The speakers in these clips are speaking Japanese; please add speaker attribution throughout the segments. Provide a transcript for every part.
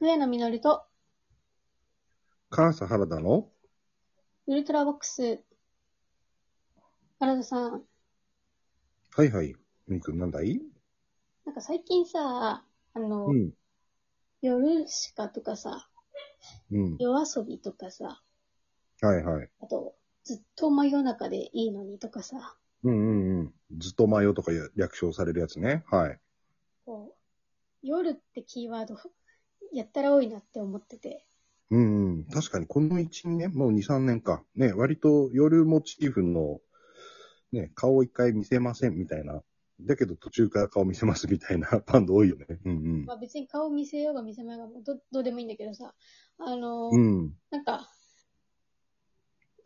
Speaker 1: 笛野実と、
Speaker 2: 母さん原田の
Speaker 1: ウルトラボックス。原田さん、
Speaker 2: はいはい。みーくんなんだい
Speaker 1: なんか最近さ、あの、
Speaker 2: うん。
Speaker 1: 夜しかとかさ、
Speaker 2: うん。
Speaker 1: 夜遊びとかさ、
Speaker 2: はいはい。
Speaker 1: あと、ずっと真夜中でいいのにとかさ、
Speaker 2: うんうんうん。ずっと迷うとかや略称されるやつね。はい。
Speaker 1: こう、夜ってキーワード、やったら多いなって思ってて、
Speaker 2: うんうん。確かにこの1、2年、もう2、3年か。ね、割と夜モチーフの、ね、顔を一回見せませんみたいな。だけど途中から顔見せます みたいなバンド多いよね。うん
Speaker 1: まあ別に顔見せようが見せまいがど、どうでもいいんだけどさ、あの、
Speaker 2: うん。うん。
Speaker 1: なんか、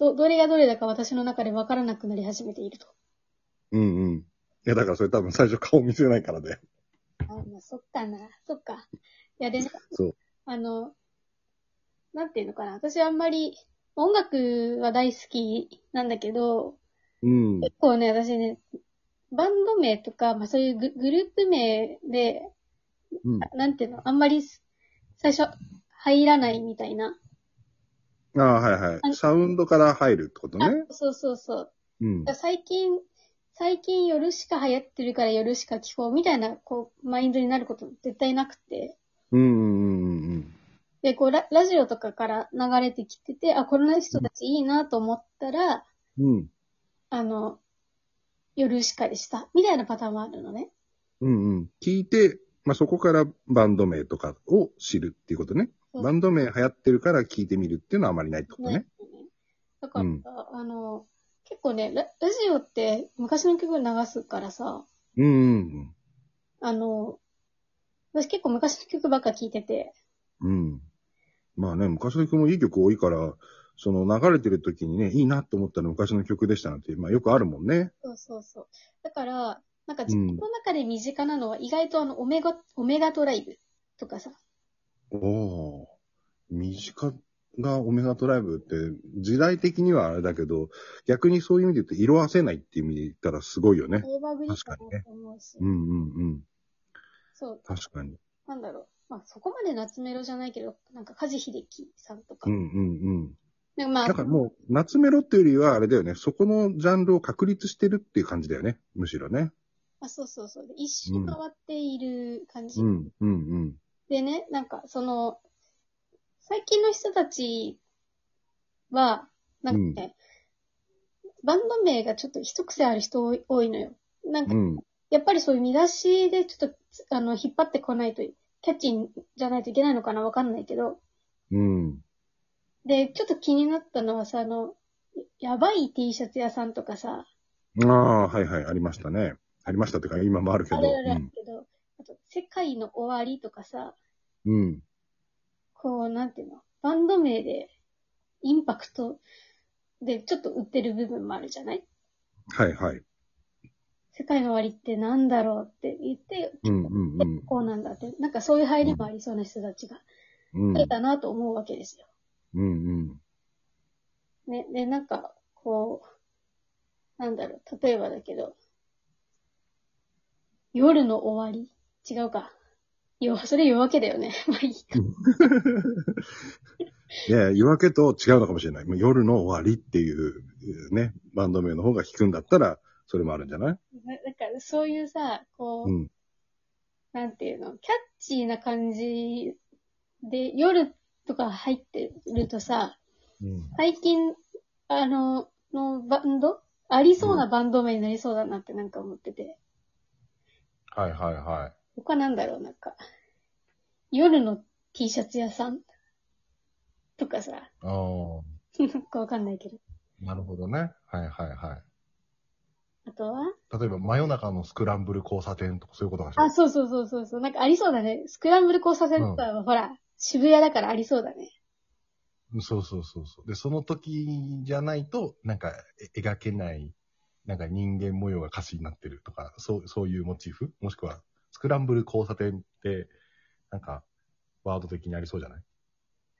Speaker 1: ど、どれがどれだか私の中で分からなくなり始めていると。
Speaker 2: うんうん。いや、だからそれ多分最初顔見せないからだよ。
Speaker 1: あ、まあ、そっかな、そっか。いや、でね、
Speaker 2: そう。
Speaker 1: あの、なんていうのかな、私あんまり、音楽は大好きなんだけど、
Speaker 2: うん。
Speaker 1: 結構ね、私ね、バンド名とか、まあそういうググループ名で、
Speaker 2: うん。
Speaker 1: なんていうの、あんまりす最初入らないみたいな。
Speaker 2: ああ、はいはい。サウンドから入るってことね。
Speaker 1: あそうそうそう。
Speaker 2: うん。
Speaker 1: 最近、最近夜しか流行ってるから夜しか聞こうみたいな、こう、マインドになること絶対なくて。
Speaker 2: うんうんうんうん。
Speaker 1: で、こうラ、ラジオとかから流れてきてて、あ、この人たちいいなと思ったら、
Speaker 2: うん。
Speaker 1: あの、夜しかでした。みたいなパターンもあるのね。
Speaker 2: うんうん。聞いて、まあ、そこからバンド名とかを知るっていうことね。
Speaker 1: そう
Speaker 2: バンド名流行ってるから聞いてみるっていうのはあまりないってことね。
Speaker 1: だから、
Speaker 2: うん
Speaker 1: あの、結構ねラ、ラジオって昔の曲を流すからさ、
Speaker 2: うんうん
Speaker 1: あの、私結構昔の曲ばっか聴いてて、
Speaker 2: うん。うん。まあね、昔の曲もいい曲多いから、その流れてる時にね、いいなと思ったら昔の曲でしたなんて、まあよくあるもんね。
Speaker 1: そうそうそう。だから、なんか
Speaker 2: ん
Speaker 1: 自分の中で身近なのは意外とあの、オメガ、オメガトライブとかさ、
Speaker 2: おお。身近がオメガトライブって、時代的にはあれだけど、逆にそういう意味で言うと色褪せないっていう意味で言ったらすごいよね。
Speaker 1: 定番グリッ
Speaker 2: 確かに
Speaker 1: だ
Speaker 2: ね
Speaker 1: と思うし、
Speaker 2: うんうんうん。
Speaker 1: そう、
Speaker 2: 確かに。
Speaker 1: なんだろう。まあ、そこまで夏メロじゃないけど、なんか、梶秀樹さんとか。
Speaker 2: うんうんうん。
Speaker 1: なんかまあ、
Speaker 2: だからもう、夏メロっていうよりは、あれだよね、そこのジャンルを確立してるっていう感じだよね、むしろね。
Speaker 1: あ、そうそうそう。で一周回っている感じ。
Speaker 2: うん、うん、
Speaker 1: でね、なんか、その、最近の人たちは、なんかね、バンド名がちょっと一癖ある人多い多いのよ。なん
Speaker 2: う
Speaker 1: か、
Speaker 2: ん。
Speaker 1: やっぱりそういう見出しでちょっと、あの、引っ張ってこないと、キャッチーじゃないといけないのかなわかんないけど。
Speaker 2: うん、うん。
Speaker 1: で、ちょっと気になったのはさ、あの、やばい T シャツ屋さんとかさ、
Speaker 2: ああー、はいはい、ありましたね。ありましたっていうか、今もあるけど。
Speaker 1: あれあれ
Speaker 2: う
Speaker 1: ある
Speaker 2: ん
Speaker 1: けど、あと、世界の終わりとかさ、
Speaker 2: うん。
Speaker 1: こう、なんていうの、バンド名で、インパクトでちょっと売ってる部分もあるじゃない
Speaker 2: はいはい。
Speaker 1: 世界の終わりってなんだろうって言って、
Speaker 2: うん、うん、うん
Speaker 1: こうなんだって、なんかそういう入りもありそうな人たちが、。
Speaker 2: うん、
Speaker 1: 出たなと思うわけですよ。
Speaker 2: うん、うん。
Speaker 1: ね、で、なんか、こう、なんだろう、例えばだけど、夜の終わり違うか。よ、それ夜明けだよね。 まあいいか。
Speaker 2: いや、夜明けと違うのかもしれない。もう夜の終わりっていう、ね、バンド名の方が弾くんだったら、それもあるんじゃない
Speaker 1: ななんか、そういうさ、こう、
Speaker 2: うん。
Speaker 1: なんていうの、キャッチーな感じで、夜とか入ってるとさ、
Speaker 2: うん。
Speaker 1: 最近、あの、のバンドありそうなバンド名になりそうだなってなんか思ってて。
Speaker 2: はいはいはい。
Speaker 1: 他なんだろう、なんか、夜の T シャツ屋さんとかさ、
Speaker 2: ああ、
Speaker 1: なんかわかんないけど。
Speaker 2: なるほどね。はいはいはい。
Speaker 1: あとは
Speaker 2: 例えば真夜中のスクランブル交差点とかそういうことが
Speaker 1: あ、そうそうそうそうそう。なんかありそうだね。スクランブル交差点とかは、ほら、渋谷だからありそうだね。
Speaker 2: そうそうそうそう。で、その時じゃないと、なんかえ描けない、なんか人間模様が歌詞になってるとか、そう、そういうモチーフもしくは、スクランブル交差点って、なんか、ワード的にありそうじゃない、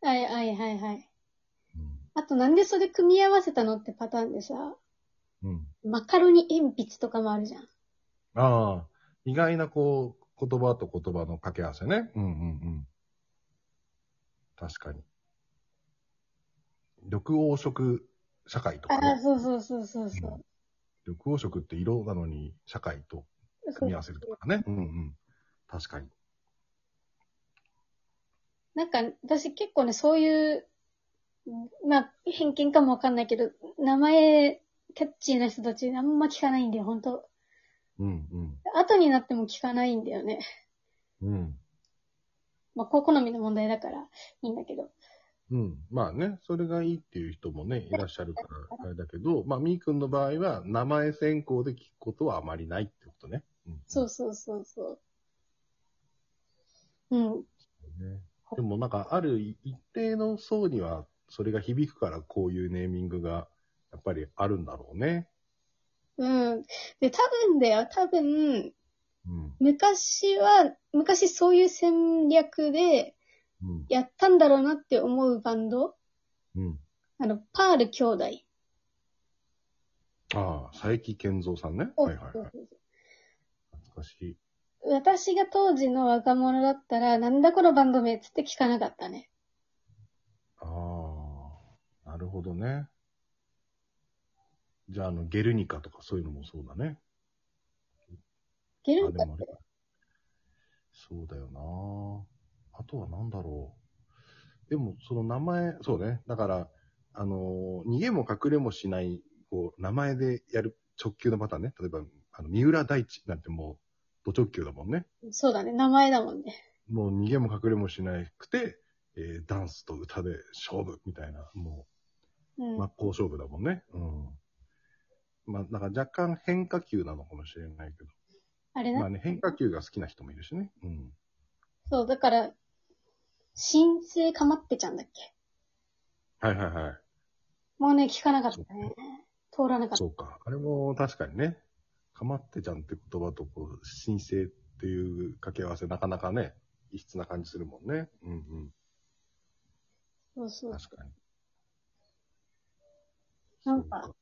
Speaker 1: はいはいはいはい。
Speaker 2: う
Speaker 1: あとなんでそれ組み合わせたのってパターンでさ、
Speaker 2: ん、うん。
Speaker 1: マカロニ鉛筆とかもあるじゃん。
Speaker 2: ああ、意外なこう、言葉と言葉の掛け合わせね。うんうん確かに。緑黄色社会とか、
Speaker 1: ああ、
Speaker 2: ね、
Speaker 1: そうそうそうそうそう
Speaker 2: うん緑黄色って色なのに社会と組み合わせるとかね。うんうん。確かに。
Speaker 1: なんか、私結構ね、そういう、まあ、偏見かもわかんないけど、名前、キャッチーな人たち、あんま聞かないんだよ、本当
Speaker 2: うんうん。
Speaker 1: 後になっても聞かないんだよね。
Speaker 2: うん。
Speaker 1: まあ、こう好みの問題だから、いいんだけど。
Speaker 2: うん。まあね、それがいいっていう人もね、いらっしゃるから、あれだけど、まあ、みーくんの場合は、名前選考で聞くことはあまりないってことね。うん、
Speaker 1: そうそうそうそう。うん。
Speaker 2: ね。でもなんか、ある一定の層には、それが響くから、こういうネーミングが、やっぱりあるんだろうね。
Speaker 1: うん。で、多分だよ、多分、
Speaker 2: うん。
Speaker 1: 昔は、昔そういう戦略で
Speaker 2: うん。
Speaker 1: やったんだろうなって思うバンド、
Speaker 2: うん。
Speaker 1: あの、パール兄弟。
Speaker 2: ああ、佐伯健三さんね。はいはいはい。懐かしい。
Speaker 1: 私が当時の若者だったら、なんだこのバンド名っつって聞かなかったね。
Speaker 2: ああ、なるほどね。じゃあ、あの、ゲルニカとかそういうのもそうだね。
Speaker 1: ゲル
Speaker 2: あ、
Speaker 1: ニ
Speaker 2: で
Speaker 1: カ
Speaker 2: もあれ。そうだよなあとは何だろう。でも、その名前、そうね。だから、あのー逃げも隠れもしない、こう、名前でやる直球のパターンね。例えば、あの、三浦大知なんてもう、ド直球だもんね。
Speaker 1: そうだね、名前だもんね。
Speaker 2: もう逃げも隠れもしなくて、えーダンスと歌で勝負みたいな、も
Speaker 1: うん。
Speaker 2: う、真っ向勝負だもんね。うん。まあ、なんか若干変化球なのかもしれないけ
Speaker 1: あれ
Speaker 2: ど。
Speaker 1: な、
Speaker 2: まあね、変化球が好きな人もいるしね。うん。
Speaker 1: そう、だから、新生かまってちゃんだっけ
Speaker 2: はいはいはい。
Speaker 1: もうね、聞かなかったね。通らなかった。
Speaker 2: そうか。あれも確かにね。かまってちゃんって言葉と、こう、申請っていう掛け合わせ、なかなかね、異質な感じするもんね。うん
Speaker 1: そう
Speaker 2: う
Speaker 1: そ
Speaker 2: ん。
Speaker 1: う。
Speaker 2: 確かに。
Speaker 1: なんか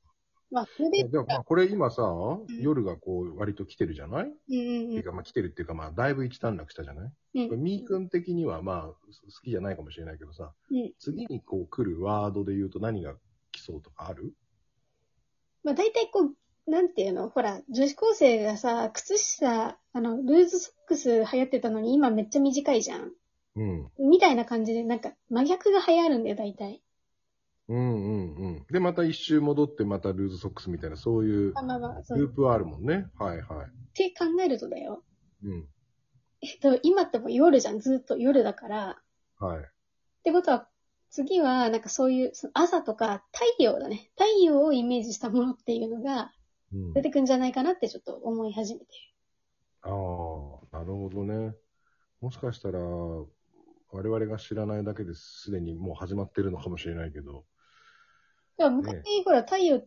Speaker 1: まあ、それで、
Speaker 2: でもまあ、これ今さ、
Speaker 1: ん
Speaker 2: 夜がこう、割と来てるじゃない、っ
Speaker 1: うん
Speaker 2: ていううか、まあ来てるっていうか、まあ、だいぶ一段落したじゃない
Speaker 1: んうん。
Speaker 2: みーくん的には、まあ、す好きじゃないかもしれないけどさ、
Speaker 1: うん
Speaker 2: 次にこう来るワードで言うと何が来そうとかある
Speaker 1: まあ、大体こう、なんていうのほら、女子高生がさ、靴下、あの、ルーズソックス流行ってたのに今めっちゃ短いじゃん。
Speaker 2: うん。
Speaker 1: みたいな感じで、なんか、真逆が流行るんだよ、大体。
Speaker 2: うんうんうん。で、また一周戻って、またルーズソックスみたいな、そういう
Speaker 1: まあまあまあ、そう。
Speaker 2: ル
Speaker 1: っ
Speaker 2: ープはあるもんね。はいは
Speaker 1: て考えるとだよ。
Speaker 2: い。うん。
Speaker 1: えっと、今ってもう夜じゃん、ずっと夜だから。っ
Speaker 2: はい。
Speaker 1: てことは、次は、なんかそういう、その朝とか、太陽だね。太陽をイメージしたものっていうのが
Speaker 2: うん、
Speaker 1: 出てくんじゃないかなってちょっと思い始めて
Speaker 2: ああ、なるほどね。もしかしたら、我々が知らないだけですでにもう始まってるのかもしれないけど。
Speaker 1: る。でも昔、ほら、太陽っ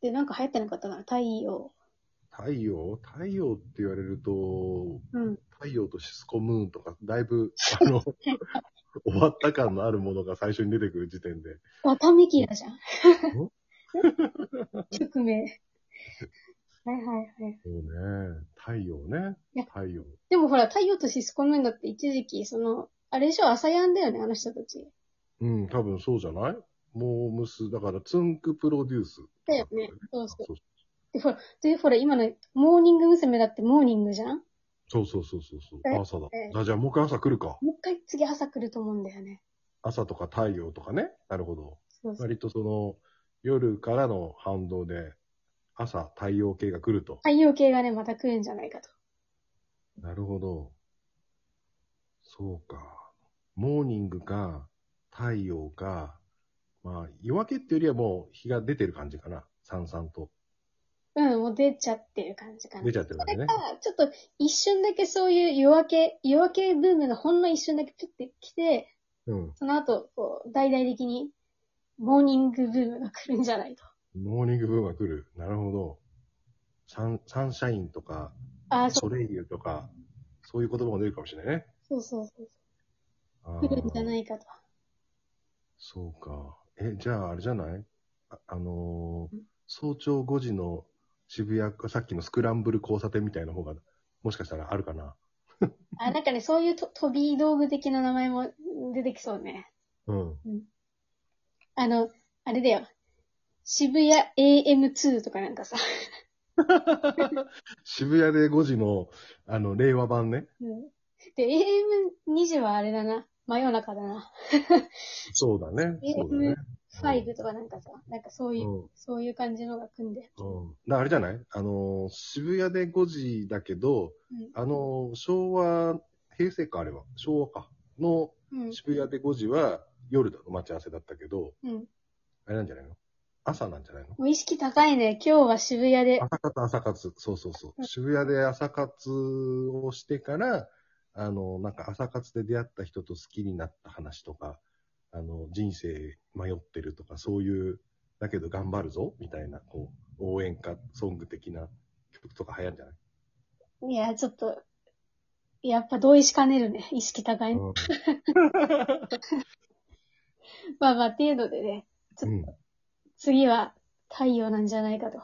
Speaker 1: てなんか流行ってなかったから、太陽。
Speaker 2: 太陽太陽って言われると、
Speaker 1: うん。
Speaker 2: 太陽とシスコムーンとか、だいぶ、あ の、終わった感のあるものが最初に出てくる時点で。
Speaker 1: 綿めきやじゃん。 宿 命。はいはいはい。
Speaker 2: そうね。太陽ね
Speaker 1: いや。
Speaker 2: 太陽。
Speaker 1: でもほら、太陽とシスコムーンだって一時期、その、あれでしょ、朝やんだよね、あの人たち。
Speaker 2: うん、多分そうじゃないモームス、だから、ツンクプロデュース。
Speaker 1: だよね。そうそう。
Speaker 2: そう
Speaker 1: で、ほら、今の、モーニング娘。だってモーニングじゃん
Speaker 2: そうそうそうそうそう
Speaker 1: え。
Speaker 2: 朝だ
Speaker 1: え。
Speaker 2: あじゃあもう一回朝来るか。
Speaker 1: もう一回次朝来ると思うんだよね。
Speaker 2: 朝とか太陽とかね。なるほど。
Speaker 1: そうそう。
Speaker 2: 割とその、夜からの反動で、朝、太陽系が来ると。
Speaker 1: 太陽系がね、また来るんじゃないかと。
Speaker 2: なるほど。そうか。モーニングか、太陽か、まあ、夜明けっていうよりはもう日が出てる感じかな。さんさんと。
Speaker 1: うん、もう出ちゃってる感じかな。
Speaker 2: 出ちゃってる感じね
Speaker 1: それか、ちょっと一瞬だけそういう夜明け、夜明けブームがほんの一瞬だけピュッて来て、
Speaker 2: うん。
Speaker 1: その後、こう、大々的に、モーニングブームが来るんじゃないと。
Speaker 2: モーニングブームが来る。なるほど。サン、サンシャインとか、
Speaker 1: ああ、そ
Speaker 2: ソ
Speaker 1: う
Speaker 2: レイユとか、そういう言葉が出るかもしれないね。
Speaker 1: そうそうそう。
Speaker 2: あー
Speaker 1: 来るんじゃないかと。
Speaker 2: そうか。え、じゃああれじゃないあ、あの
Speaker 1: う
Speaker 2: ー
Speaker 1: ん
Speaker 2: 早朝5時の渋谷か、さっきのスクランブル交差点みたいな方が、もしかしたらあるかな。
Speaker 1: あ、なんかね、そういうと飛び道具的な名前も出てきそうね。
Speaker 2: うん。
Speaker 1: あの、あれだよ。渋谷 AM2 とかなんかさ、
Speaker 2: 渋谷で5時の、あの、令和版ね。
Speaker 1: うんで、AM2 時はあれだな。真夜中だな。
Speaker 2: そうだね。そうだね。
Speaker 1: 5とかなんかさ、なんかそう
Speaker 2: う
Speaker 1: いう、
Speaker 2: ん。
Speaker 1: そういう感じのが組んで。
Speaker 2: うん。だあれじゃないあの、渋谷で5時だけど、
Speaker 1: うん
Speaker 2: あの、昭和、平成かあれは、昭和か。の
Speaker 1: うん。
Speaker 2: 渋谷で5時は夜だの待ち合わせだったけど、
Speaker 1: うん。
Speaker 2: あれなんじゃないの朝なんじゃないの
Speaker 1: もう意識高いね。今日は渋谷で。
Speaker 2: 朝活、朝活。そうそうそうう。渋谷で朝活をしてから、あの、なんか朝活で出会った人と好きになった話とか、あの、人生迷ってるとか、そういう、だけど頑張るぞ、みたいな、こう、応援歌、ソング的な曲とか流行るんじゃない
Speaker 1: いや、ちょっと、やっぱ同意しかねるね。意識高いね。
Speaker 2: うん
Speaker 1: まあまあ、っていうのでね、
Speaker 2: うん。
Speaker 1: 次は太陽なんじゃないかと。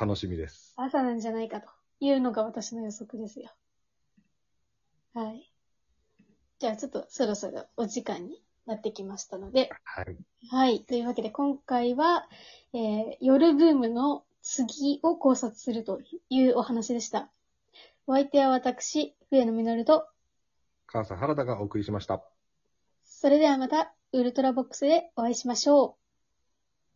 Speaker 2: 楽しみです。
Speaker 1: 朝なんじゃないかというのが私の予測ですよ。はい。じゃあちょっとそろそろお時間になってきましたので、
Speaker 2: はい。
Speaker 1: はい。というわけで今回は、えー夜ブームの次を考察するというお話でした。お相手は私、笛野実と、
Speaker 2: 母さん原田がお送りしました。
Speaker 1: それではまたウルトラボックスでお会いしましょう。